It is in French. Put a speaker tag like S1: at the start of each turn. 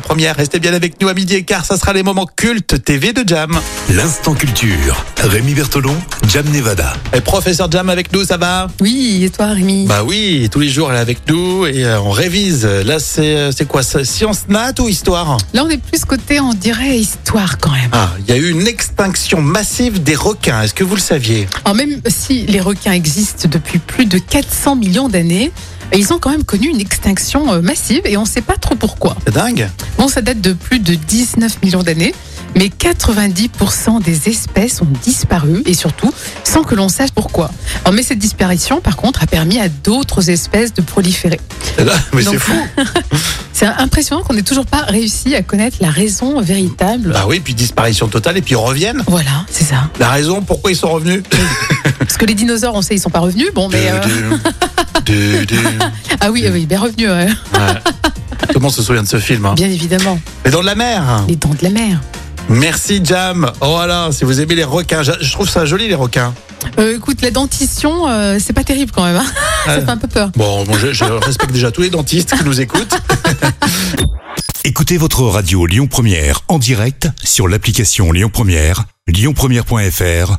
S1: Première, restez bien avec nous à midi et quart, ça sera les moments cultes TV de Jam.
S2: L'instant culture. Rémi Bertolon, Jam Nevada.
S1: Et professeur Jam avec nous, ça va
S3: Oui, et toi, Rémi
S1: Bah oui, tous les jours elle est avec nous et euh, on révise. Là c'est euh, c'est quoi ça Science nat ou histoire
S3: Là, on est plus côté, on dirait, histoire quand même.
S1: Ah, il y a eu une extinction massive des requins, est-ce que vous le saviez
S3: Alors, même si les requins existent depuis plus de 400 millions d'années, ils ont quand même connu une extinction euh, massive et on ne sait pas trop pourquoi.
S1: C'est dingue
S3: Bon, ça date de plus de 19 millions d'années, mais 90% des espèces ont disparu et surtout sans que l'on sache pourquoi. Alors, mais cette disparition, par contre, a permis à d'autres espèces de proliférer.
S1: Eh ben, Mais
S3: Donc,
S1: c'est fou
S3: C'est impressionnant qu'on n'ait toujours pas réussi à connaître la raison véritable.
S1: Bah oui, puis disparition totale et puis ils reviennent.
S3: Voilà, c'est ça.
S1: La raison pourquoi ils sont revenus
S3: Parce que les dinosaures, on sait, ils sont pas revenus. Bon, mais euh,
S1: Du- du- du-
S3: ah oui, oui, bien revenus, ouais.
S1: Ouais. Tout le monde se souvient de ce film. Hein.
S3: bien évidemment.
S1: Mais dans de la mer
S3: Les dents de la mer.
S1: Merci Jam. Oh là, si vous aimez les requins, je je trouve ça joli les requins.
S3: Euh, écoute, la dentition, euh, c'est pas terrible quand même. hein.
S1: Ah.
S3: Ça fait un peu peur.
S1: Bon, bon, je, je respecte déjà tous les dentistes qui nous écoutent.
S2: Écoutez votre radio Lyon Première en direct sur l'application Lyon Première, lyonpremière.fr